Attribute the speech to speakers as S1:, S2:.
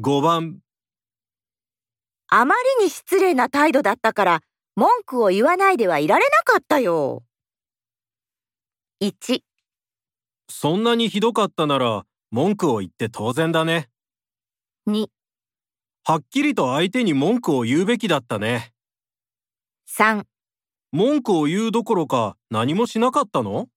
S1: 5番
S2: あまりに失礼な態度だったから文句を言わないではいられなかったよ。1、
S1: そんなにひどかったなら文句を言って当然だね
S2: 2、
S1: はっきりと相手に文句を言うべきだったね
S2: 3
S1: 文句を言うどころか何もしなかったの